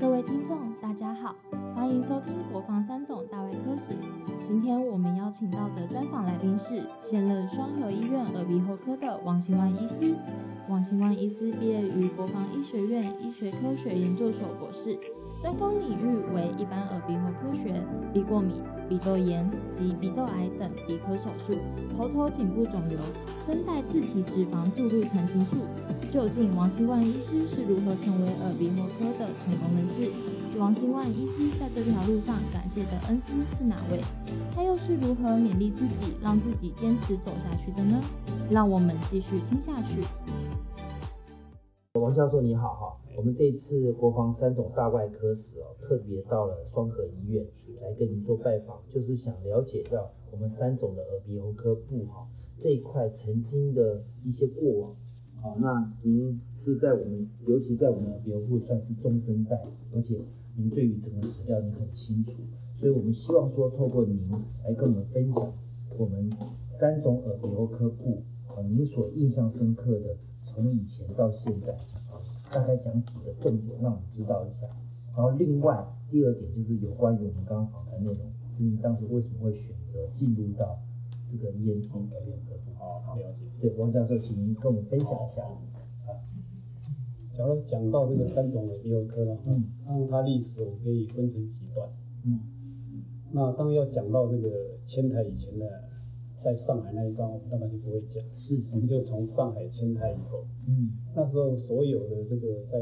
各位听众，大家好，欢迎收听《国防三总大外科室》。今天我们邀请到的专访来宾是现任双河医院耳鼻喉科的王新万医师。王新万医师毕业于国防医学院医学科学研究所博士，专攻领域为一般耳鼻喉科学、鼻过敏、鼻窦炎及鼻窦癌等鼻科手术、喉头颈部肿瘤、声带自体脂肪注入成形术。究竟王希万医师是如何成为耳鼻喉科的成功人士？王希万医师在这条路上感谢的恩师是哪位？他又是如何勉励自己，让自己坚持走下去的呢？让我们继续听下去。王教授你好哈，我们这一次国防三种大外科室哦，特别到了双河医院来跟您做拜访，就是想了解到我们三种的耳鼻喉科部哈这一块曾经的一些过往。好，那您是在我们，尤其在我们耳鼻喉部算是中生代，而且您对于整个史料您很清楚，所以我们希望说透过您来跟我们分享我们三种耳鼻喉科部啊，您所印象深刻的从以前到现在。大概讲几个重点，让我们知道一下。然后另外第二点就是有关于我们刚刚访谈内容，是您当时为什么会选择进入到这个 E ENT 改变科部？好，了解。对，王教授，请您跟我们分享一下。假如讲到这个三种耳鼻喉科了，嗯，那它历史我可以分成几段。嗯那当然要讲到这个迁台以前的，在上海那一段，我们当然就不会讲，是我是们，就从上海迁台以后，嗯那时候所有的这个在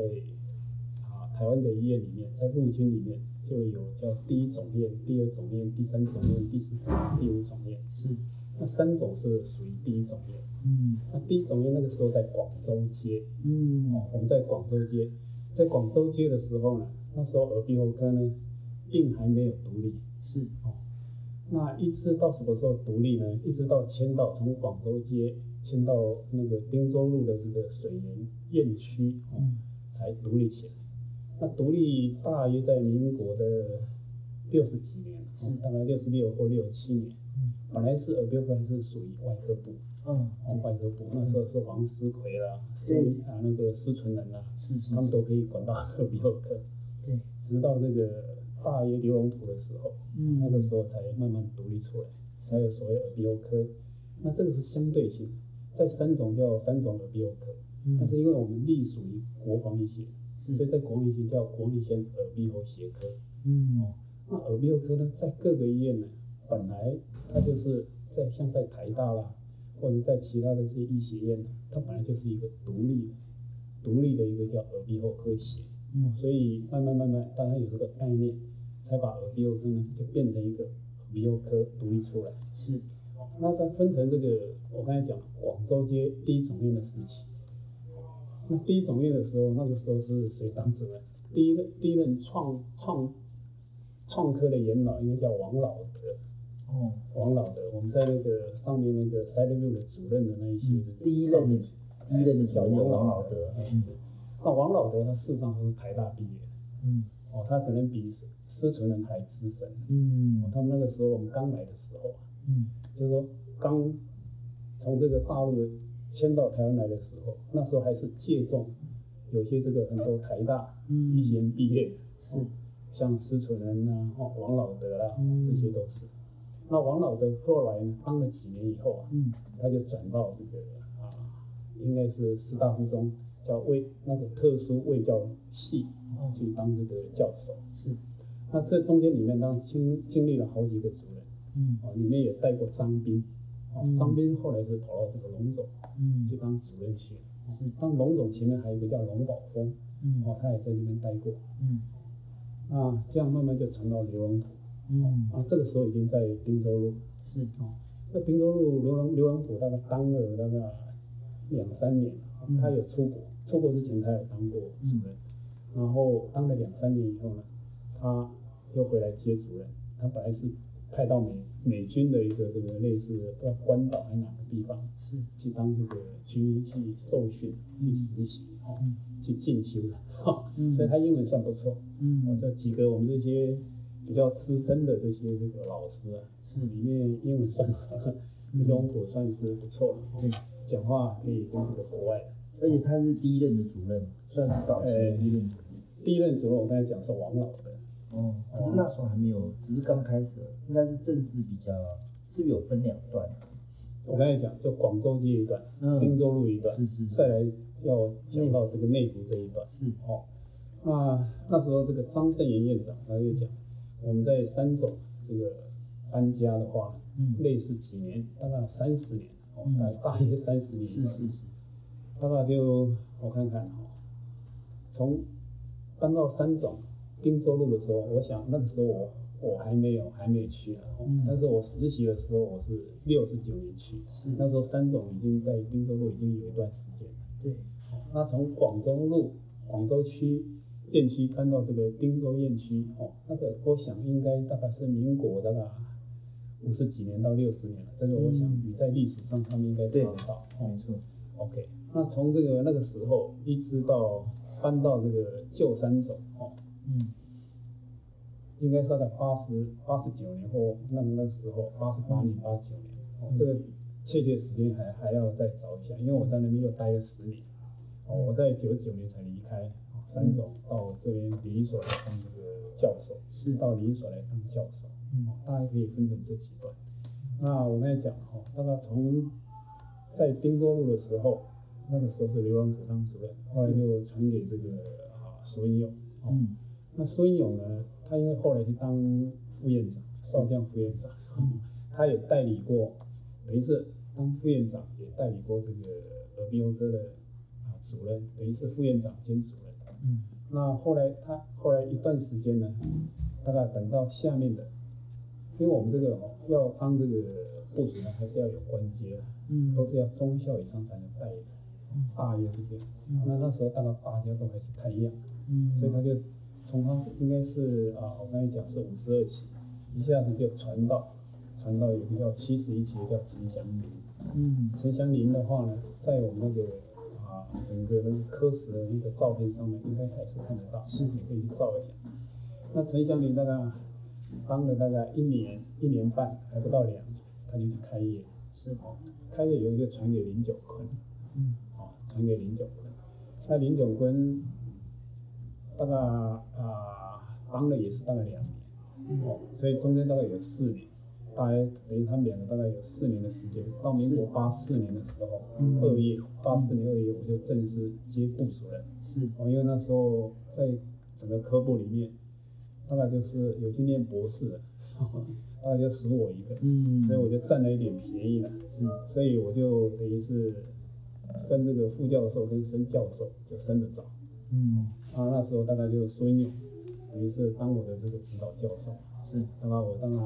啊台湾的医院里面，在陆军里面就有叫第一总院、第二总院、第三总院、第四总院、第五总院，是，那三种是属于第一总院。嗯那第一总院那个时候在广州街，嗯哦我们在广州街，在广州街的时候呢，那时候耳鼻喉科呢，并还没有独立。是，那一直到什么时候独立呢？一直到迁到从广州街迁到那个汀州路的这个水源院区，哦嗯才独立起来。那独立大约在民国的六十几年，是哦大概六十六或六七年。嗯本来是耳鼻喉科还是属于外科部，嗯哦，外科部那时候是王思奎啦、苏对啊那个施存仁啦、是是他，们都可以管到耳鼻喉科，对，直到这个大约刘龙图的时候，那个嗯时候才慢慢独立出来，才有所谓耳鼻喉科。那这个是相对性，在三种叫三种耳鼻喉科，嗯但是因为我们隶属于国防医学，所以是，在国防医学叫国立先耳鼻喉学科。嗯那耳鼻喉科呢，在各个医院呢，本来它就是在像在台大啦，或者在其他的这些医学院呢，它本来就是一个独立的、独立的一个叫耳鼻喉科学，嗯所以慢慢慢慢，大家有这个概念，才把耳鼻喉科呢就变成一个耳鼻喉科独立出来。是，那再分成这个，我刚才讲广州街第一总院的时期。那第一总院的时候，那个时候是谁当主任？第一任第一任创创创科的元老应该叫王老德，哦，王老德，我们在那个上面那个 side view 的主任的那一些这嗯个第一任的第一任的主任叫王老德，哎那王老德他事实上他是台大毕业的，嗯哦，他可能比施存仁还资深。嗯哦他们那个时候我们刚来的时候啊，嗯就是说刚从这个大陆迁到台湾来的时候，那时候还是借重有些这个很多台大嗯医学院毕业，是，像施楚仁啊、哦王老德啦、嗯这些都是。那王老德后来呢，当了几年以后啊，嗯他就转到这个啊，应该是师大附中叫卫那个特殊卫教系哦去当这个教授。是，那这中间里面当然经经历了好几个主任。嗯哦，里面也带过张斌，哦嗯，张斌后来是跑到这个龙总去嗯当主任去了。是，当龙总前面还有一个叫龙宝峰，嗯哦，他也在那边待过。嗯那这样慢慢就传到刘龙图，嗯啊，这个时候已经在滨州路。是，哦那滨州路刘龙刘龙图大概当了大概两三年了，哦嗯他有出国，出国之前他有当过主任，嗯然后当了两三年以后呢，他又回来接主任。他本来是派到美美军的一个这个类似的不知道关岛还是哪个地方。是，去当这个军医去受训、去实习、哦嗯，去进修 的，哈、嗯所以他英文算不错。我、嗯这几个我们这些比较资深的这些这个老师啊，是里面英文算 嗯龙虎算是不错了，哦对，讲话可以跟这个国外的哎而且他是第一任的主任，算是早期的第一任主任，第一任主任我刚才讲是王老的，哦，可是那时候还没有，只是刚开始，应该是正式比较，是不是有分两段？啊我刚才讲就广州街一段，汀嗯，州路一段，是是再是来要讲到这个内湖这一段。是，哦，那那时候这个张胜炎院长他就讲，我们在三种这个搬家的话，嗯，类似几年，大概三十年，哦嗯，大大约三十年，是是是，大概就我看看哦，从搬到三种汀州路的时候，我想那个时候我我还没有还没有去啊，哦嗯但是我实习的时候我是六十九年去，是那时候三种已经在汀州路已经有一段时间了。对，那从广州路广州区院区搬到这个汀州院区，哦，那个我想应该大概是民国大概五十几年到六十年了，这个我想嗯你在历史上他们应该查得到。没哦错， ，OK，那从这个那个时候一直到搬到这个旧三总，哦，嗯，应该是在八十八十九年或那个那个时候八十八年八九年，哦，这个确切时间还还要再找一下，因为我在那边又待了十年，哦，我在九九年才离开哦三总，到这边礼仪所来当这个教授，是到礼仪所来当教授，嗯哦，大概可以分成这几段。那我刚才讲哦，大概从在汀州路的时候，那个时候是刘荣祖当主任，后来就传给这个啊苏英勇，哦。嗯，那孙勇呢，他因为后来去当副院长，少将副院长，他也代理过，等于是当副院长也代理过这个耳鼻喉科的啊主任，等于是副院长兼主任。嗯，那后来他后来一段时间呢，大概等到下面的，因为我们这个、哦、要当这个部主任还是要有官阶啊，嗯都是要中校以上才能代理的嗯，大约是这样。那那时候大概大家都还是太一样。嗯所以他就从他应该是啊，我刚才讲是五十二期，一下子就传到传到有一个叫七十一期的叫陈祥林。嗯，陈祥林的话呢，在我们那个啊整个那个科室的那个照片上面，应该还是看得到，是你可以去照一下。那陈祥林大概当了大概一年一年半，还不到两年，他就去开业。是，开业有一个传给林九坤，嗯，哦，传给林九坤。那林九坤大概啊、当了也是大概两年，哦，所以中间大概有四年，大概等于他们两个大概有四年的时间。到民国八四年的时候嗯，二月八四年二月我就正式接部主任，是，哦，因为那时候在整个科部里面，大概就是有去念博士的， 大概就死我一个，嗯所以我就占了一点便宜了。是，所以我就等于是升这个副教授跟升教授就升得早嗯，啊。那时候大概就是孙勇，等于是当我的这个指导教授。是，那么我当然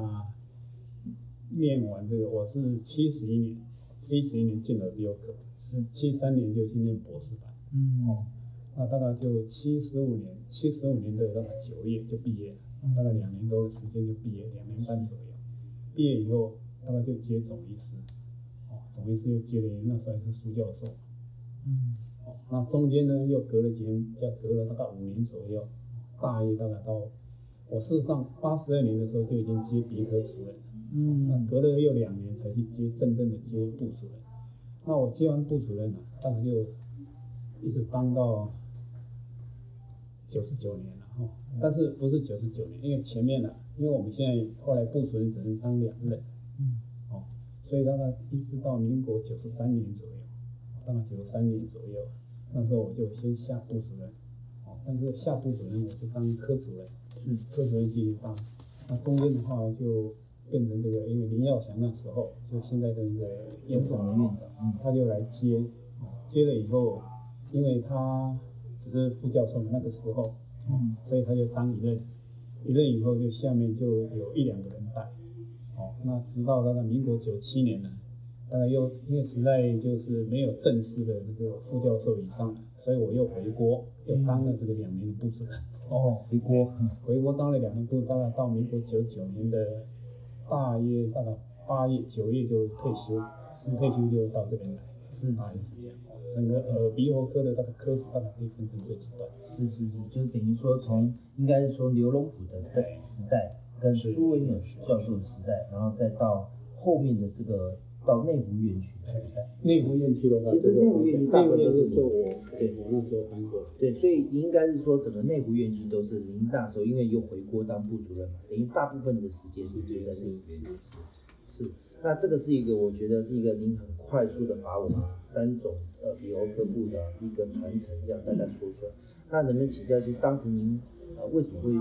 念完这个，我是七十一年，七十一年进了 B O 课，哦是，七三年就去念博士班，嗯，那大概就七十五年，七十五年的大概九月就毕业了，大概两年多的时间就毕业，两年半左右。毕业以后，大概就接总医师，哦，总医师又接了一年，那时候还是苏教授。嗯，哦，那中间呢又隔了几年，就隔了大概五年左右，大一大概到我事实上八十二年的时候就已经接鼻科主任了，那嗯，隔了又两年才去接真正的接部主任。那我接完部主任呢、大概就一直当到九十九年了哦，但是不是九十九年，因为前面呢、因为我们现在后来部主任只能当两任，嗯，哦，所以大概一直到民国九十三年左右，大概九十三年左右，那时候我就先下部主任，哦，但是下部主任我是当科主任，是，科主任继续当，那中间的话就变成这个，因为林耀祥那时候就现在的那个严总的院长，嗯，他就来接，接了以后，因为他只是副教授嘛那个时候，嗯，所以他就当一任，一任以后就下面就有一两个人带，哦，那直到大概民国九七年呢，大概又因为实在就是没有正式的那个副教授以上了，所以我又回国，又当了这个两年的部主任，哦，回锅，回国当了两年部，大概到民国九九年的大约大概八月九月就退休，退休就到这边来，是啊也是这样，整个耳鼻喉科的大概科室大概可以分成这几段，是是是，就是等于说从应该是说刘荣普的代时代跟苏文远教授的时代，然后再到后面的这个到内湖院区的时代。内湖院区的话，其实内湖院区大部分都是是我对我那时候搬过来，对，所以应该是说整个内湖院区都是您那时候因为又回国当部主任嘛，等于大部分的时间是就在内湖院区。是，那这个是一个我觉得是一个您很快速的把我们三种呃旅游科部的一个传承这样大概说出来。那能不能请教一下，当时您呃为什么会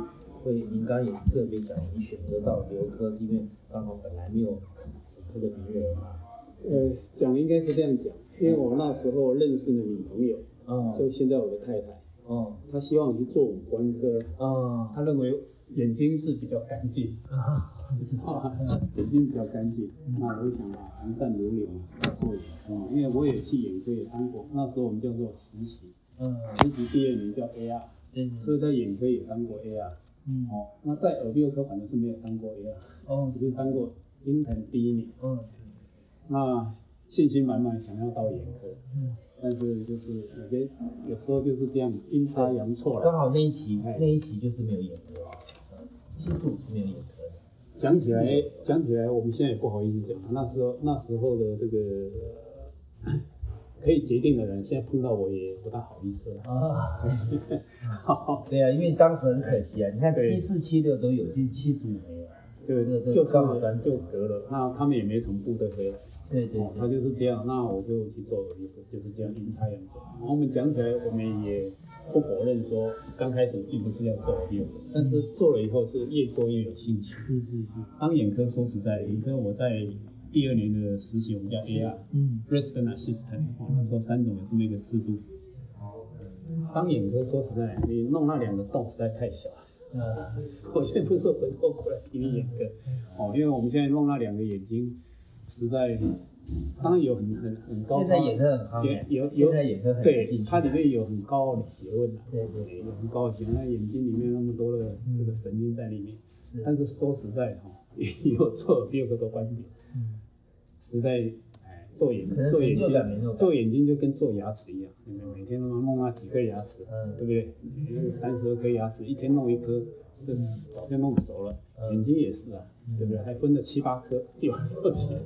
会您刚刚也特别讲，您选择到旅游科是因为刚好本来没有本科的名人嘛？呃，讲应该是这样讲，因嗯为我那时候认识的女朋友，哦就现在我的太太，哦她希望我去做五官科，哦她认为眼睛是比较干净，啊 眼睛比较干净，嗯那我就想啊，从善如流嘛，做一下哦，因为我也去眼科也当过，那时候我们叫做实习，嗯，实习毕业名叫 AR，对对，所以在眼科也当过 AR，嗯哦，那在耳鼻喉科反正是没有当过 AR，哦只是当过 intern 第一年。嗯是是，那信心满满想要到眼科，嗯但是就是有些有时候就是这样阴差阳错了。刚好那一期哎那一期就是没有眼科，啊七十五是没有眼科的，讲起来讲起来，我们现在也不好意思讲，那时候那时候的这个 呃可以决定的人，现在碰到我也不大好意思 了。啊，对啊，因为当时很可惜啊，你看对七四七六都有，就是七十五没有，对对对就刚好短是就隔了，那他们也没从部队回来，对对哦，他对，就是这样，那我就去做耳鼻喉，就是这样阴差阳错。然后我们讲起来，我们也不否认说，刚开始并不是要做耳鼻喉的，但是做了以后是越做越有兴趣。是是是，当眼科说实在，眼科我在第二年的实习，我们叫 AR 嗯 Resident Assistant，哦，那时候三种有这么一个制度。哦当眼科说实在，你弄那两个洞实在太小了。呃我现在不是回过过来给你眼科，哦，因为我们现在弄那两个眼睛，实在，当然有很很很高超现的，在眼科很夯有欸，有现在眼科很难对进，去它，里面有很高傲的学问啊，对对有很高傲的学问，那眼睛里面那么多的这个神经在里面。是，但是说实在哈、也有做耳鼻喉科的观点，嗯实在哎，做眼可能做眼成就感没那么睛大做眼睛就跟做牙齿一样，你们每天他妈弄那几颗牙齿，对嗯不对？你那个三十二颗牙齿，一天弄一颗，这早就弄熟了。嗯眼睛也是啊，对不对？还分了七八颗，就有钱。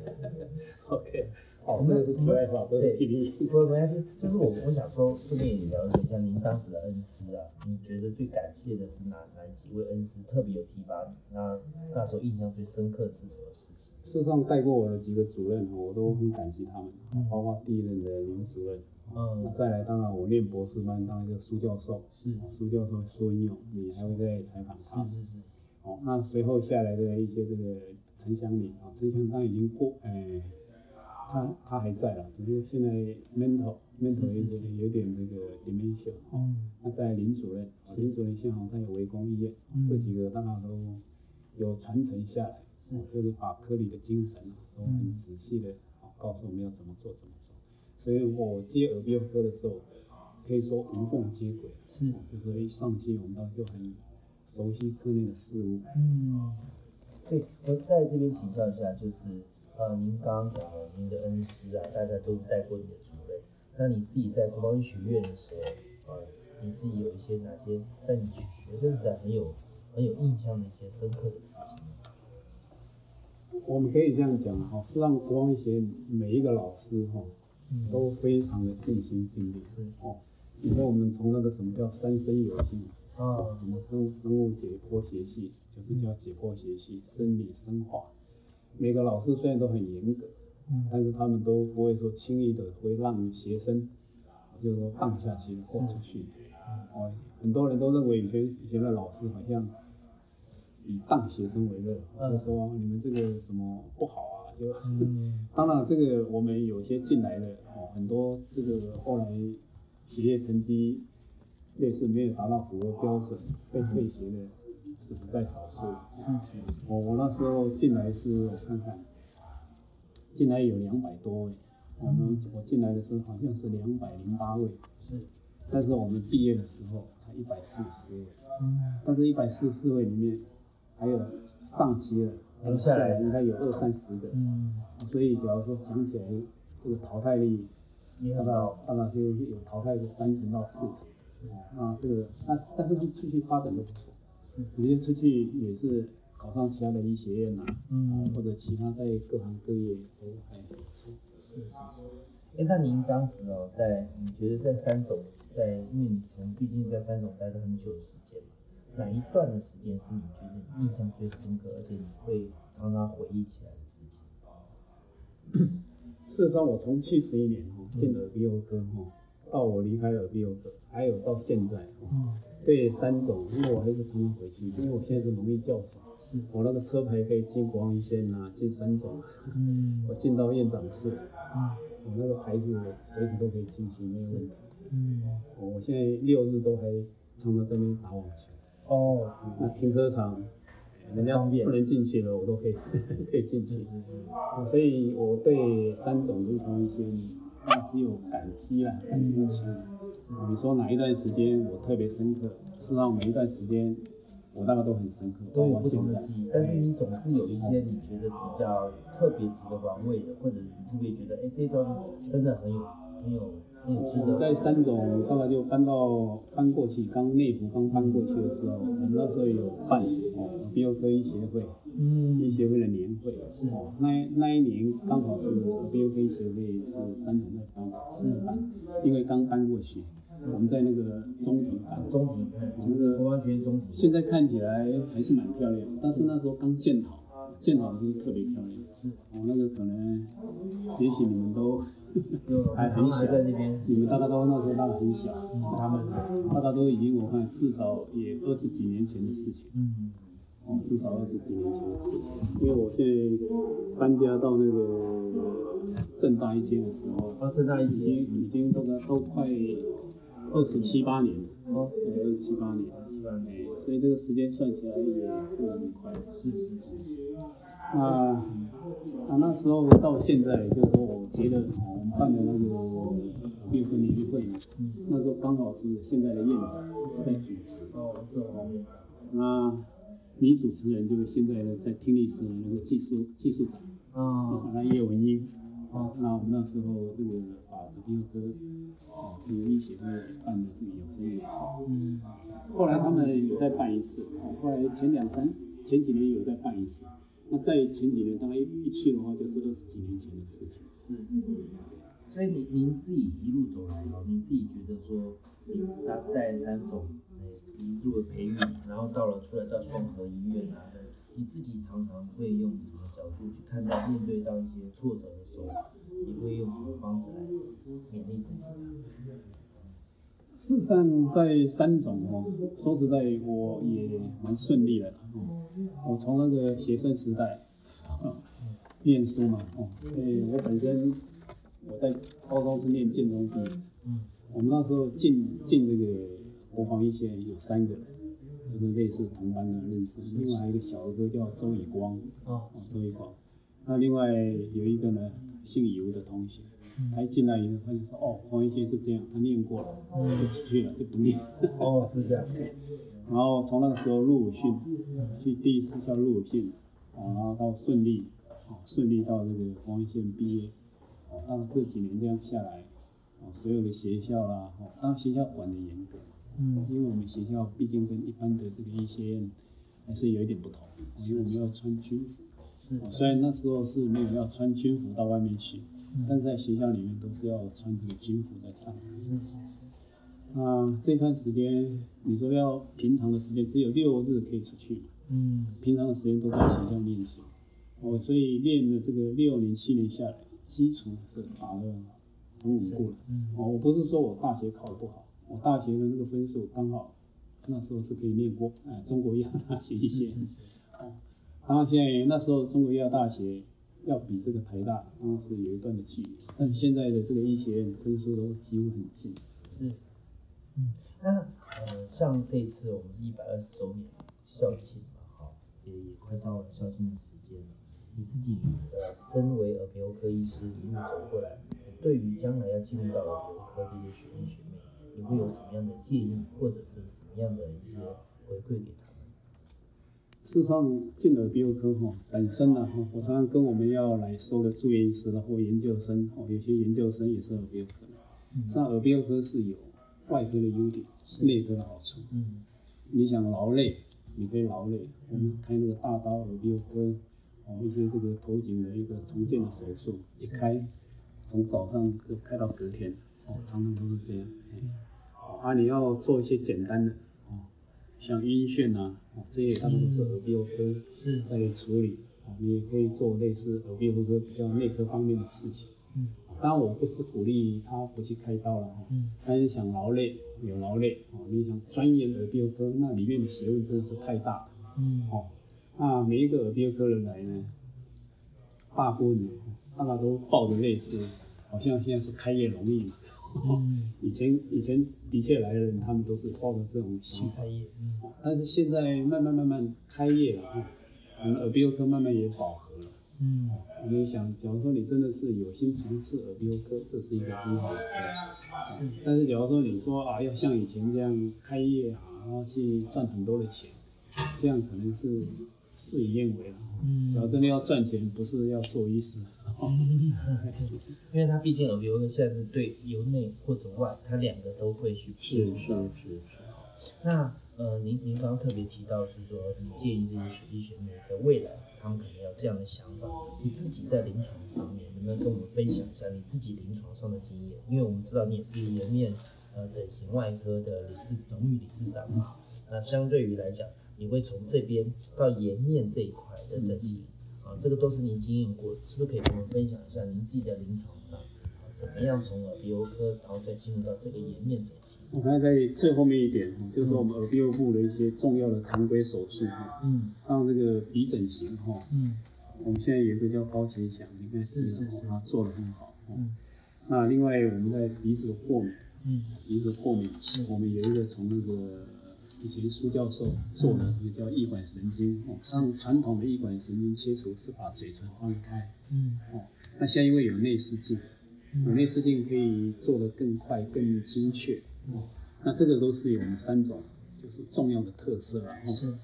OK，哦， 这个是题外话，不是批评。不没关系，就是我我想说，顺便也了解一下您当时的恩师啊，你觉得最感谢的是哪哪几位恩师特别有提拔你？那那时候印象最深刻是什么事情？ 事实上，带过我的几个主任，我都很感激他们嗯，包括第一任的林主任，那嗯，再来，当然我念博士班，当然就是苏教授，是苏教授苏英勇，你还会再采访他是。是是，哦，那随后下来的一些这个陈祥林啊，陈祥他已经过，哎、他他还在了，只是现在 mental mental 是有是点有点这个 dementia 哦。嗯那在林主任，啊林主任现在好像在围攻医院，嗯这几个当然都有传承下来，是嗯哦就是把科里的精神啊都很仔细的啊告诉我们要怎么做怎么做。所以我接耳鼻喉科的时候，啊可以说无缝接轨，是哦就是一上去我们到就很熟悉科内的事物。嗯，对，我在这边请教一下，就是呃，您刚刚讲了您的恩师啊，大家都是带过你的主任，那你自己在国防医学院的时候，呃，你自己有一些哪些在你学生时代很有很有印象的一些深刻的事情吗？我们可以这样讲哈，是让国光学每一个老师哈嗯都非常的尽心尽力是哦。你说我们从那个什么叫三生有系，啊，什么生物生物解剖学系，就是叫解剖学系，生理生化。每个老师虽然都很严格，嗯，但是他们都不会说轻易的会让学生，就是说荡下去豁出去。哦，很多人都认为以前以前的老师好像以荡学生为乐，嗯就说你们这个什么不好啊，就。嗯，当然，这个我们有些进来的哦，很多这个后来学业成绩类似没有达到符合标准被退学的是不在少数。是是是，我我那时候进来是我看看，进来有两百多位，哦我们我进来的时候好像是两百零八位，是，但是我们毕业的时候才一百四十四位，嗯，但是一百四十四位里面还有上期的留下来应该有二三十个，嗯，啊所以假如说讲起来，这个淘汰率也大很概好，大概就有淘汰个三成到四成。是啊，这个那但是他们出去发展都不错，是，有些出去也是考上其他的医学院啊，嗯，或者其他在各行各业都还不错。哎，那您当时哦，在你觉得在三种，在因为你从毕竟在三种待了很久的时间嘛，哪一段的时间是你觉得你印象最深刻，而且你会常常回忆起来的事情？事实上，我从七十一年哦进耳鼻喉科哦，到我离开耳鼻喉科，还有到现在哦，对三种，因为我还是常常回去，因为我现在是荣誉教授，是，我那个车牌可以进国王一线啊，进三种，嗯我进到院长室，啊我那个牌子随时都可以进行，没有问题。嗯，我我现在六日都还常常在那边打网球。 哦，是那是停车场人家方便不能进去了，我都 可以可以进去是，是是，所以我对三种不同一些，但只有感激啦，感激之情。嗯你说哪一段时间我特别深刻？事实上，每一段时间我大概都很深刻，包都有括不现同的在。记忆，但是你总是有一些你觉得比较特别值得玩味的，或者你特别觉得，哎，这段真的很有很有很有值我们得。在三种大概就搬到搬过去，刚内湖刚搬过去的时候，我们那时候有办哦，鼻喉科医协会，嗯医协会的年会，是哦，那那一年刚好是 B O K 协会是三重在帮是办，因为刚搬过去，我们在那个中庭办，中庭，嗯就是国防学院中庭，现在看起来还是蛮漂亮，但是那时候刚建好，建好就是特别漂亮，是哦，那个可能，也许你们都， 就还常很还小，在那边你们大概都那时候大概很小，嗯他们，大概都已经我看至少也二十几年前的事情。嗯，哦，至少二十几年前的事情。因为我现在搬家到那个正大一街的时候，哦，正大一已经级，已经那个都快二十七八年了，哦，对，二十七八年。是吧？哎，所以这个时间算起来也过得很快。是是是，那那那时候到现在，就是说我觉得哦，我们办的那个结婚年会嘛，那时候刚好是现在的院长在主持。哦，是我们院长，那女主持人就是现在的在听力师的那个技术技术长，啊，哦那叶文英。哦，那我们那时候这个把耳鼻喉科哦这个医协会办的这个有声有色，嗯，后来他们有再办一次，哦后来前两三前几年有再办一次，那在前几年大概一一去的话就是二十几年前的事情。是。所以您您自己一路走来哦，您自己觉得说，您大在三种呃一路的培育，然后到了出来到双河医院啊，你自己常常会用什么角度去看待面对到一些挫折的时候，你会用什么方式来勉励自己啊？事实上，在三种哦，说实在，我也蛮顺利的啦。哦，我从那个学生时代，哦、念书嘛，哦，所以我本身我在高中是念建中毕业，嗯，我们那时候进进这个国防一线有三个人，就是类似同班的认识，另外还有一个小哥叫周以光，哦哦，周以光，那另外有一个呢姓尤的同学，他一进来以后他就说，哦，黄一先是这样，他念过了，就出去了，就不念。哦，是这样， 然后从那个时候入伍训，去第一次叫入伍训，哦，然后到顺利，哦，顺利到这个黄一线毕业，哦，当然这几年这样下来，哦，所有的学校啦，哦，当然学校管的严格，嗯，因为我们学校毕竟跟一般的这个医学院还是有一点不同，哦因为我们要穿军服。是哦虽然那时候是没有要穿军服到外面去，嗯但是在学校里面都是要穿这个军服在上。是是是，那这段时间，你说要平常的时间，只有六日可以出去嘛？嗯，平常的时间都在学校念书，哦，所以练了这个六年七年下来，基础是打得很稳固了。嗯哦，我不是说我大学考得不好，我大学的那个分数刚好那时候是可以念过，哎，中国医药大学一些。是是是，然后现在那时候中国医药大学要比这个台大当时有一段的距离，但现在的这个医学院分数都几乎很近。是，嗯，那呃，像这次我们是一百二十周年校庆嘛，哈，也也快到了校庆的时间了。你自己呃，身为耳鼻喉科医师一路走过来，对于将来要进入到耳鼻喉科这些学弟学妹，你会有什么样的建议，或者是什么样的一些回馈给他们？事实上，进耳鼻喉科哈，本身呢、哈，我常常跟我们要来收的住院医师啦或研究生哦，有些研究生也是耳鼻喉科的。实际上，耳鼻喉科是有外科的优点，内科的好处。嗯，你想劳累，你会劳累。我们开那个大刀耳鼻喉科，哦，一些这个头颈的一个重建的手术，一开从早上就开到隔天，哦，常常都是这样。哎哦啊，你要做一些简单的，哦，像晕眩啊，哦，这些他们都是耳鼻喉科是在处理。哦，你也可以做类似耳鼻喉科比较内科方面的事情。嗯哦，当然我不是鼓励他不去开刀了哈。哦嗯但是想劳累有劳累哦，你想钻研耳鼻喉科，那里面的学问真的是太大了嗯哦。那每一个耳鼻喉科人来呢，大部分呢大家都抱着类似，好像现在是开业容易嘛。嗯，以前以前的确来的人，他们都是抱着这种想去法，开业，嗯哦但是现在慢慢慢慢开业了哈，可能耳鼻喉科慢慢也饱和了。嗯我们想，假如说你真的是有心从事耳鼻喉科，这是一个很好的科。是但是假如说你说啊，要像以前这样开业啊，然后去赚很多的钱，这样可能是事与愿违了。嗯只要真的要赚钱，不是要做医师。因为它毕竟耳鼻喉科现在是对由内或者外，它两个都会去接触到。是那呃，您您刚刚特别提到是说，你建议这些学弟学妹在未来他们可能有这样的想法。你自己在临床上面能不能跟我们分享一下你自己临床上的经验？因为我们知道你也是颜面呃整形外科的理事荣誉理事长嘛，那相对于来讲，你会从这边到颜面这一块的整形啊，这个都是您经验过，是不是可以跟我们分享一下您自己在临床上？啊怎么样从耳鼻喉科，然后再进入到这个颜面整形？我刚才在最后面一点，就是说我们耳鼻喉部的一些重要的常规手术哈，嗯像这个鼻整形哈，嗯我们现在有一个叫高前祥，应该是是是他做的很好。哦嗯那另外我们在鼻子的过敏，嗯。鼻子过敏，是我们有一个从那个以前苏教授做嗯的那个叫翼管神经，哦，让传统的翼管神经切除是把嘴唇放开，嗯哦，那现在因为有内视镜，有内视镜可以做得更快、更精确，哦，那这个都是有我们三种就是重要的特色了，哦，是，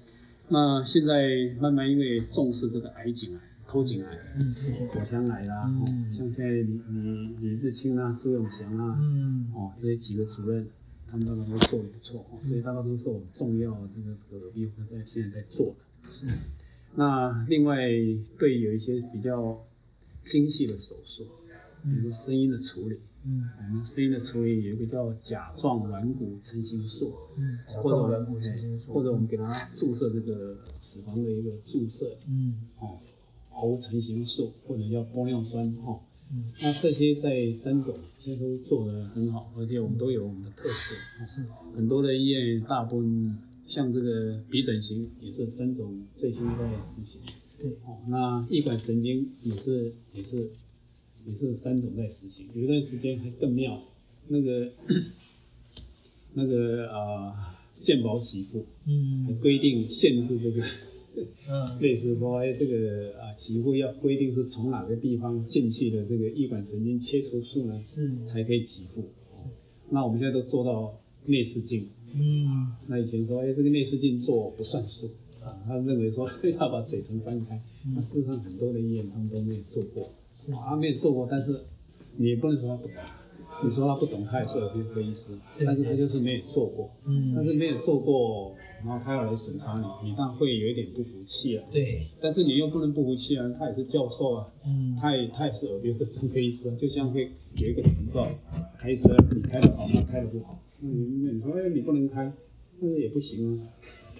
那现在慢慢因为重视这个癌颈癌、头颈癌、嗯，对对口腔癌啦，哦嗯，像现在李李李日清啊、朱永祥啊，嗯，哦，这些几个主任，他们大概都做的不错，哦，所以大概都是我们重要的这个这个耳鼻喉科在现在在做的。是，那另外对有一些比较精细的手术，比如说声音的处理，嗯我们声音的处理有一个叫甲状软骨成形术，嗯，甲或者状我软们骨神经素，或者我们给它注射这个脂肪的一个注射，嗯哦，喉成形素或者叫玻尿酸哦。嗯那这些在三种现在都做得很好，而且我们都有我们的特色。是，很多的医院大部分像这个鼻整形也是三种最新在实行。对，哦，那翼管神经也是也是也是三种在实行，有一段时间还更妙，那个那个呃健保给付还嗯规定限制这个。嗯类似说，哎，这个啊，起步要规定是从哪个地方进去的这个翼管神经切除术呢，是，才可以起步。那我们现在都做到内视镜。嗯那以前说，哎，这个内视镜做不算数啊，他认为说要把嘴唇翻开。那事实上，很多的医院他们都没有做过，是啊，没有做过，但是你也不能说他不懂。你说他不懂，他也是耳鼻喉医师，对但是他就是没有做过，嗯，但是没有做过，然后他要来审查你，你当然会有一点不服气啊。对，但是你又不能不服气啊，他也是教授啊，嗯他也他也是耳鼻喉专科医师啊，就像会有一个执照，开车你开的好，他开的不好，那你那你说哎你不能开，但是也不行啊，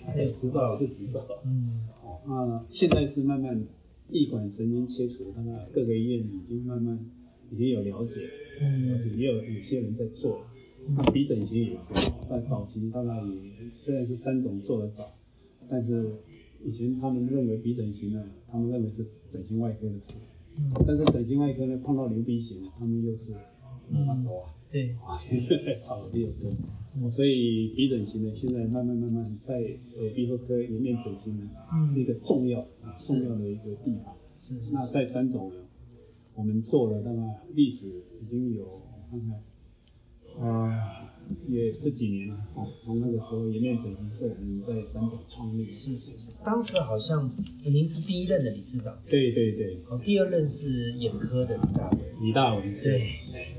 他有执照也是执照。嗯哦，那现在是慢慢翼管神经切除，大概各个医院已经慢慢已经有了解，了嗯解也有有些人在做了，那鼻整形也是在早期大概也虽然是三种做的早，但是以前他们认为鼻整形呢，他们认为是整形外科的事，嗯，但是整形外科呢碰到流鼻血呢，他们又是嗯啊多啊，对，啊， 吵得又多。哦所以鼻整形呢，现在慢慢慢慢在耳鼻喉科里面整形呢，嗯是一个重要啊重要的一个地方。是是那在三种呢，我们做了大概历史已经有我看看，啊、也十几年了哦，从那个时候颜面整形是我们在三总创立的。是是是，当时好像您是第一任的理事长，对对对，哦，第二任是眼科的李大为。李大文是对，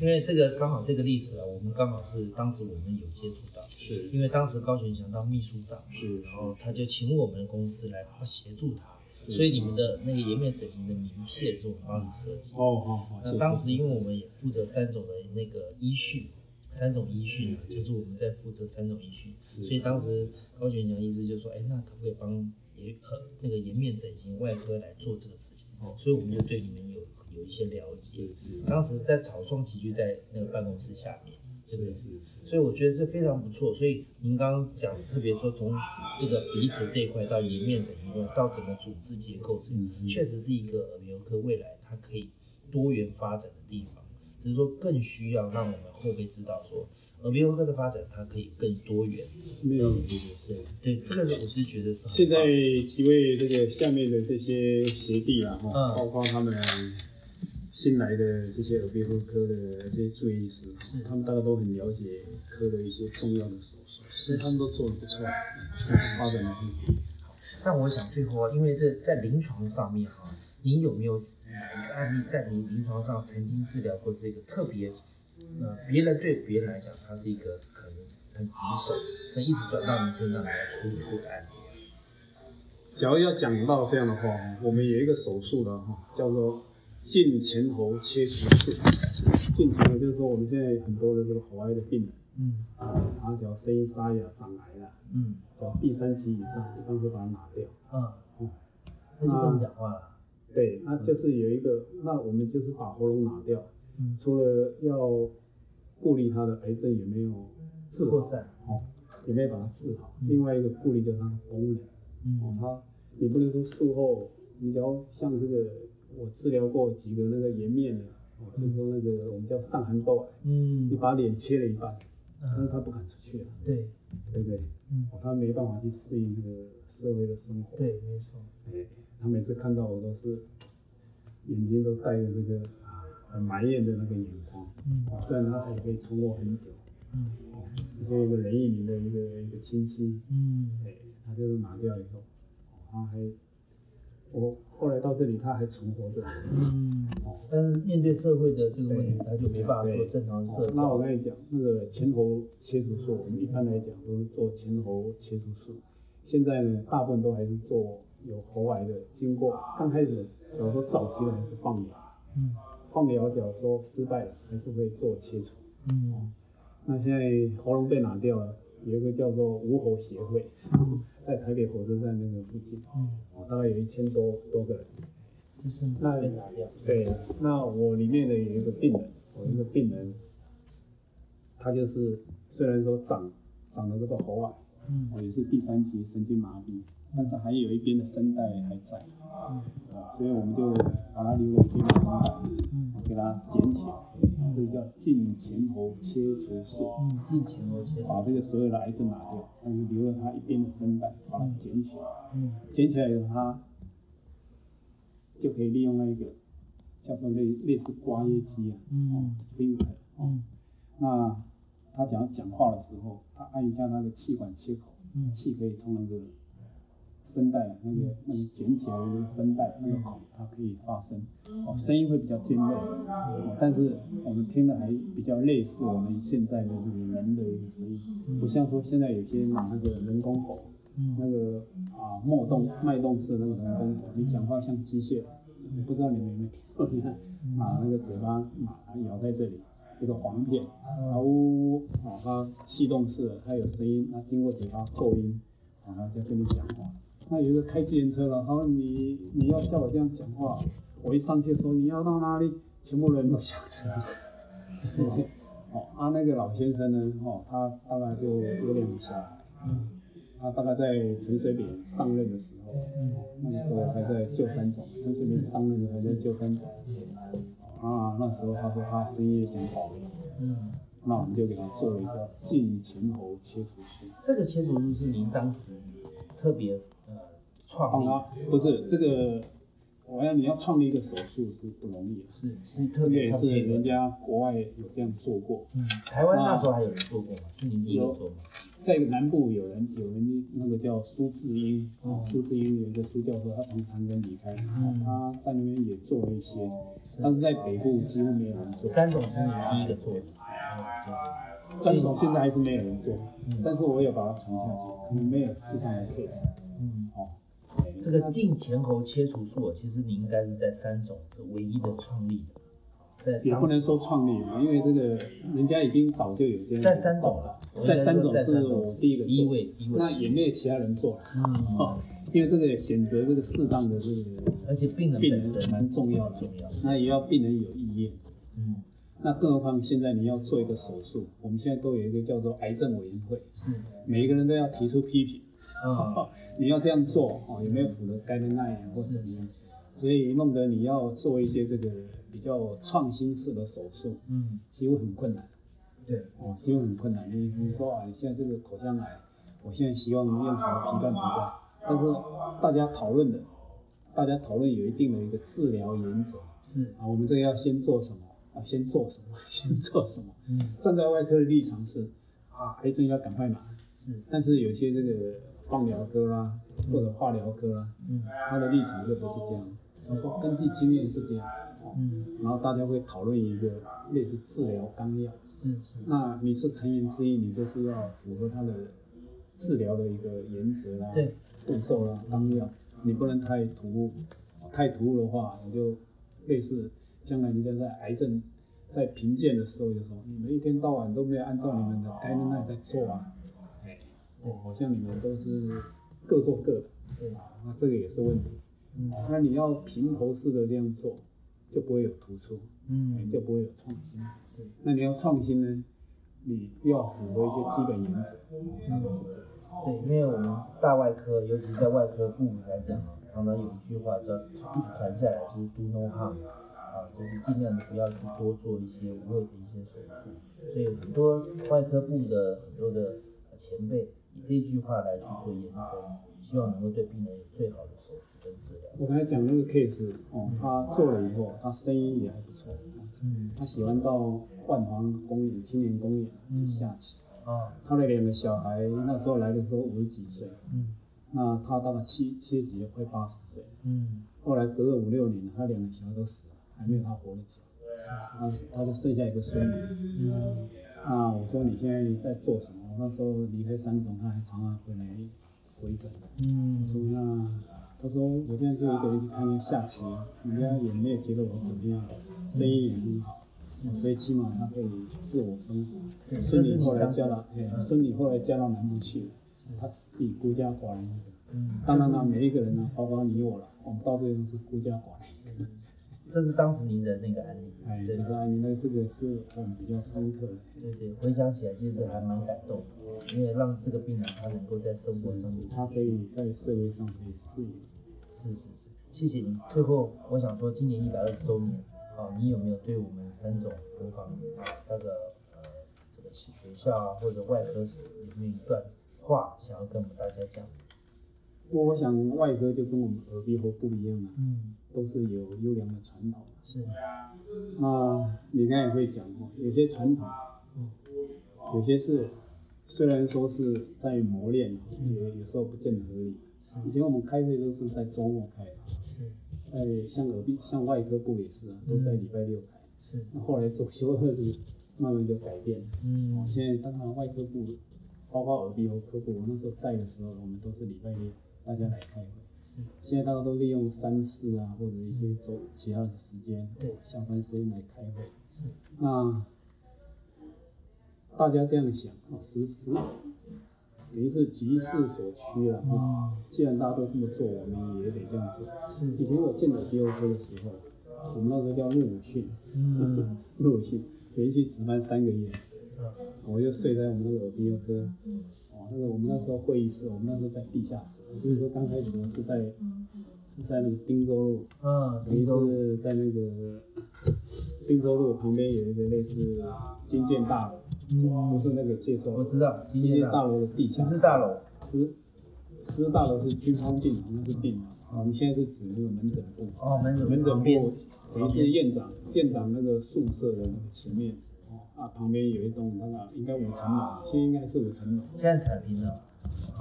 因为这个刚好这个历史啊，我们刚好是当时我们有接触到，是因为当时高群祥当秘书长，是，然后他就请我们公司来协助他，是所以你们的那个颜面整形的名片是我们帮你设计。哦哦哦，那是当时因为我们也负责三种的那个医训，三种医训啊，就是我们在负责三种医训，是所以当时高全强医师就说，哎，那可不可以帮颜呃那个颜面整形外科来做这个事情？哦所以我们就对你们有有一些了解是。是当时在草创期就在那个办公室下面，对不对是？是是，所以我觉得是非常不错。所以您刚刚讲，特别说从这个鼻子这一块到颜面整形这一块，到整个组织结构这嗯个，嗯确实是一个耳鼻喉科未来它可以多元发展的地方。只是说更需要让我们后辈知道说，耳鼻喉科的发展它可以更多元。没有问题的是。对，这个我是觉得是很现在棒几位这个下面的这些学弟啦，哈、嗯包括他们新来的这些耳鼻喉科的这些注意医师，是他们大概都很了解科的一些重要的手术，是他们都做得不错，是发展的很好。那我想最后啊，因为这在临床上面啊，您有没有哪一个案例在您临床上曾经治疗过这个特别，呃，别人对别人来讲，它是一个可能很棘手，所以一直转到您身上来处理过的案例？假如要讲到这样的话，我们有一个手术的哈，叫做近前喉切除术。近前喉就是说我们现在很多的这个喉癌的病人嗯啊，他只要声音沙哑、长癌了，嗯只要第三期以上，一般会把它拿掉。啊，那就不能讲话了。对，那就是有一个，那我们就是把喉咙拿掉，嗯除了要顾虑他的癌症有没有治好扩，散。哦，有没有把它治好，嗯另外一个顾虑就是它的功能，哦，嗯它你不能说术后，你只要像这个我治疗过几个那个颜面的，哦，就是说那个我们叫上寒痘癌，你嗯把脸切了一半，但是嗯，他不敢出去了，对，对不对？嗯哦，他没办法去适应这个社会的生活，对，没错。哎，他每次看到我都是眼睛都带着这个啊很埋怨的那个眼光。嗯啊虽然他也可以宠我很久，嗯就有一个任意明的一个一个亲戚，嗯哎，他就是拿掉以后，哦他还我后来到这里他还存活着。嗯，但是面对社会的这个问题，他就没办法做正常的社哦那交我。跟你讲，那个前喉切除术，我们一般来讲都是做前喉切除术。现在呢，大部分都还是做有喉癌的，经过刚开始，假如说早期的还是放疗，嗯放疗假如说失败了，还是会做切除。嗯那现在喉咙被拿掉了，有一个叫做无喉协会，在台北火车站那个附近，嗯。哦，大概有一千多多个人。就是那被拿掉。对，那我里面的有一个病人，我一个病人，他就是虽然说长长了这个喉癌，嗯我也是第三期神经麻痹，但是还有一边的声带还在，嗯哦，所以我们就把它留给病人声带，嗯给它捡起来，这个叫近前喉切除术。嗯，进前额切把除。这个所有的癌症拿掉，但是留了他一边的声带，把它捡起来，嗯捡起来以后，他就可以利用那一个叫做类类似刮叶机啊，哦嗯 s p i n k e r 哦，嗯那他讲讲话的时候，他按一下那个气管切口，嗯气可以从那个声带那个那个卷起来的那个声带那个孔，它可以发声，嗯哦，声音会比较尖锐，哦，但是我们听的还比较类似我们现在的这个人的一个声音，不像说现在有些拿那个人工喉，嗯那个啊脉动脉动式的那个人工喉，你讲话像机械，不知道你们有没有听过？你看，把那个嘴巴马咬在这里，一个簧片，然后呜呜，啊，它气动式的，它有声音，它经过嘴巴构音，啊，然后就跟你讲话。那有一个开自行车了，他说你你要叫我这样讲话，我一上去说你要到哪里，全部人都下车。 哦，啊，那个老先生呢，哦，他大概就有点小孩，嗯他大概在陈水扁上任的时候，那个时候还在旧三总，陈水扁上任的时候还在旧三总。嗯啊，那时候他说他声音也想保留，嗯，那我们就给他做了一个近前喉切除术，这个切除术是您当时特别呃创帮立。他不是这个我要你要创立一个手术是不容易的，是是这特个别也特是别人的。家国外有这样做过，嗯，台湾那时候还有人做过吗？是您自己有做吗？在南部有人有人那个叫苏志英，哦苏志英有一个苏教授，他从长庚离开，嗯他在那边也做了一些，但是在北部几乎没有人做，三种是您第一个做的。哦三种现在还是没有人做，嗯哦但是我有把它传下去，可能没有适当的 case。嗯，哦，这个近前喉切除术，哦其实你应该是在三种是唯一的创立的，在也不当时能说创立嘛，因为这个人家已经早就有这样在三种了，了，哦在三种是我第一个一做，位一那位，也哦没有其他人做了，嗯，因为这个选择这个适当的这个，而且病人病本人身蛮重要的重要的，那也要病人有意愿。嗯，那更何况现在你要做一个手术，我们现在都有一个叫做癌症委员会，是， 每一个人都要提出批评，嗯，你要这样做哦，有没有符合 guideline 啊或者是怎么是样？是，所以弄得你要做一些这个比较创新式的手术，嗯，几乎很困难。对，哦，几乎很困难。你比如说啊，你现在这个口腔癌，我现在希望用什哦么皮瓣皮瓣，但是大家讨论的，大家讨论有一定的一个治疗原则是，啊，我们这个要先做什么啊，先做什么， 先做什么。嗯，站在外科的立场是啊，癌症要赶快拿，是，但是有些这个放疗科啦，或者化疗科啦，嗯他的立场就不是这样。他说根据经验是这样，哦嗯，然后大家会讨论一个类似治疗纲要。是是，那你是成员之一，你就是要符合他的治疗的一个原则啦、对，步骤啦、纲要，你不能太突兀，太突兀的话，你就类似将来人家在癌症在评鉴的时候就说，你们一天到晚都没有按照你们的该能耐在做啊，哎，对好像你们都是各做各的，对啊，那这个也是问题。嗯那你要平头式的这样做，就不会有突出，哎嗯，就不会有创新。是，那你要创新呢，你又要符合一些基本原则，那个是这样。嗯对，因为我们大外科，尤其在外科部门来讲啊，常常有一句话叫一直传下来，就是 do no harm，啊，就是尽量的不要去多做一些无谓的一些手术。所以很多外科部的很多的前辈以这句话来去做延伸，希望能够对病人有最好的手术跟治疗。我刚才讲那个 case 哦，他做了以后，他生意也还不错，嗯，他喜欢到万华公园、青年公园嗯去下棋。啊，他的两个小孩那时候来的时候五十几岁，嗯那他大概七七十几，快八十岁。嗯，后来隔了五六年，他两个小孩都死了，还没有他活得久。他他就剩下一个孙女。嗯那我说你现在在做什么？那时候离开三总，他还常常回来回诊。我嗯说那他说我现在就一个人去看看下棋，人家也没有觉得我怎么样，生意也啊很好，所以起码他可以自我生活。对嗯这孙是女你后来当时嫁到，哎孙女后来嫁到南部去了，他自己孤家寡人一个。嗯，当然了，每一个人呢，包括你我了，我们到最后是孤家寡人。这是当时您的那个案例，哎，对就是啊，你那这个是我们比较深刻的。对对，回想起来其实还蛮感动的，因为让这个病人他能够在生活上面，他可以在社会上可以适应。是是是，谢谢你。最后我想说，今年一百二十周年，啊，你有没有对我们三种国防那个呃这个学校啊或者外科室有没有一段话想要跟我们大家讲？不过我想外科就跟我们耳鼻喉不一样了、嗯，都是有优良的传统。是，那啊你刚才也会讲哦，有些传统，有些是虽然说是在磨练，也有时候不见得合理。以前我们开会都是在周末开，是在像耳鼻像外科部也是啊，都在礼拜六开。是，那后来走修二是慢慢就改变。哦，嗯现在当然外科部，包括耳鼻喉科部，我那时候在的时候，我们都是礼拜六大家来开会。是，现在大家都利用三四啊，或者一些周其他的时间，对下班时间来开会。是，那大家这样想啊，实实等于是局势所趋了啊。嗯既然大家都这么做，我们也得这样做。以是，前我见耳鼻喉科的时候，我们那时候叫陆武训，嗯陆武训连续值班三个月，我就睡在我们那个耳鼻喉科。哦，那个我们那时候会议室，我们那时候在地下室，是说刚开始呢是在是在那个汀州路。嗯，等于林州是在那个汀州路旁边有一个类似金建大楼，不是那个介绍嗯我，知道，今金建天大大楼的地十下字大楼，十十大楼是军方病房，那是病房，啊，我们现在是指那个门诊部，哦，门诊门诊变部也是院长院长那个宿舍的那个前面，哦啊，旁边有一栋那个应该五层楼，现在应该是五层楼，现在铲平了，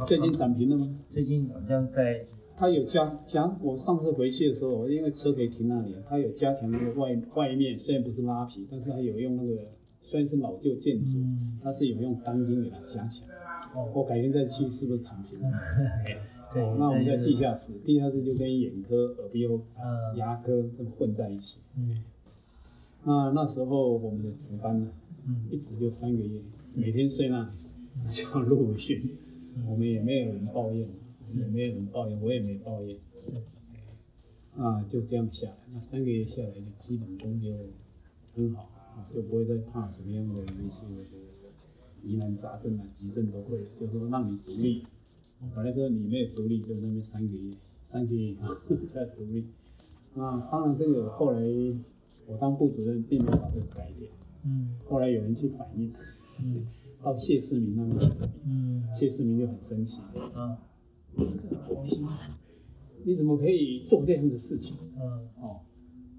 最近涨平了吗？最近好像在他有加加，我上次回去的时候，我因为车可以停那里，他有加强那个外外面，虽然不是拉皮，但是他有用那个虽然是老旧建筑，嗯但是有用钢筋给它加强。我改天再去是不是长平？对，哦那我们在这就地下室，地下室就跟眼科、耳鼻喉、呃牙科这么混在一起。嗯那那时候我们的值班呢，嗯一直就三个月，每天睡那里，像陆逊，嗯我们也没有人抱怨，也没有人抱怨，我也没抱怨。是啊，就这样下来，那三个月下来的基本功就很好，啊就不会再怕什么样的一些疑难杂症啊、急症都会，就是说让你独立。嗯本来说你没有独立，就那边三个月，三个月以后 再独立。那当然，这个后来我当部主任并没有把这个改变，嗯后来有人去反映，嗯 到谢世民那边去反映，嗯谢世民就很生气，啊你怎么可以做这样的事情？嗯哦，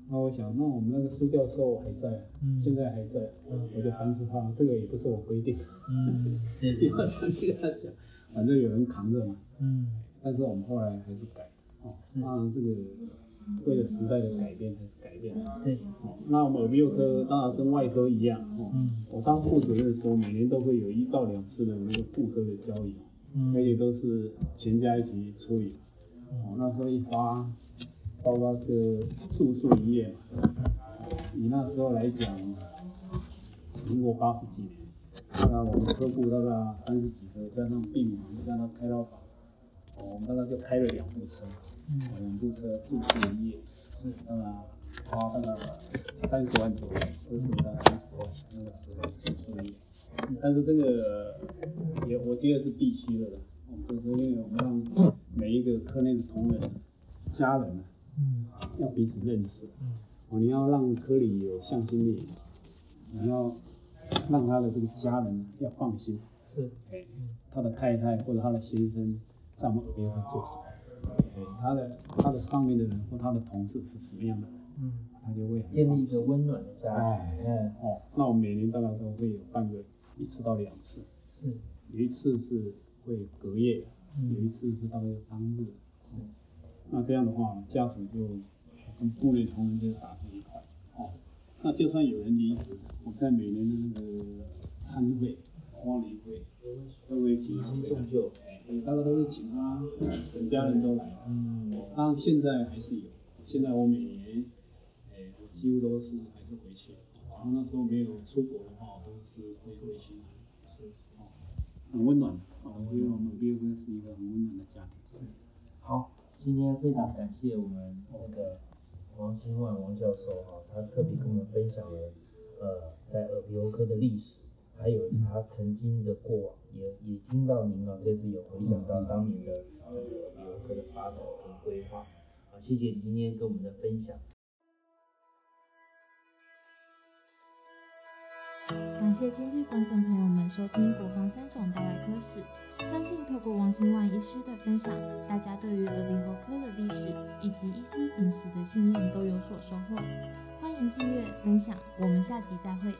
那我想，那我们那个苏教授还在，嗯现在还在，嗯我就搬出他，这个也不是我规 定，嗯对不对要讲给他讲，反正有人扛着嘛。嗯但是我们后来还是改的，哦，是当然这个为了时代的改变还是改变的，对哦，那我们耳鼻喉科当然跟外科一样，哦，嗯我当副主任的时候，每年都会有一到两次的那个妇科的交流，而嗯且都是全家一起出游。哦，那时候一发，包括这个住宿营业嘛，以那时候来讲，民国八十几年，那我们科部大概三十几个，加上病房，加上开刀房，哦，我们大概就开了两部车，嗯哦两部车住宿营业，是那么呃花大概三十万左右，二十五到三十万那个时候住宿营业。但是这个呃也我觉得是必须的了，哦就是因为我们让每一个科内的同仁、家人啊，嗯要彼此认识嗯。哦，你要让科里有向心力，你要让他的这个家人要放心，是哎，他的太太或者他的先生在我们耳边会做什么，哎，他的他的上面的人或他的同事是什么样的人，嗯他就会很建立一个温暖的家哎庭，嗯哦。那我们每年大概都会有半个一次到两次。是有一次是会隔夜，有一嗯次是大概当日。是那这样的话，家属就跟部内同仁就打成一块。哦，那就算有人离职，我在每年的那个餐会、花礼会都会请提他亲回送来，旧，哎大家都会请他，整家人都来。嗯当然现在还是有，现在我每年，哎、我几乎都是还是回去。然后那时候没有出国的话，我都是会回去。哦，很温暖的，哦我觉得我们毕业哥是一个很温暖的家庭。好，今天非常感谢我们那个王新万王教授哈、他特别跟我们分享了呃在耳鼻喉科的历史，还有他曾经的过往，也也听到您啊这次有回想到当年的整个耳鼻喉科的发展跟规划啊，谢谢你今天跟我们的分享。感谢今日观众朋友们收听国防三种大外科史。相信透过王新万医师的分享，大家对于耳鼻喉科的历史以及医师秉持的信念都有所收获。欢迎订阅分享，我们下集再会。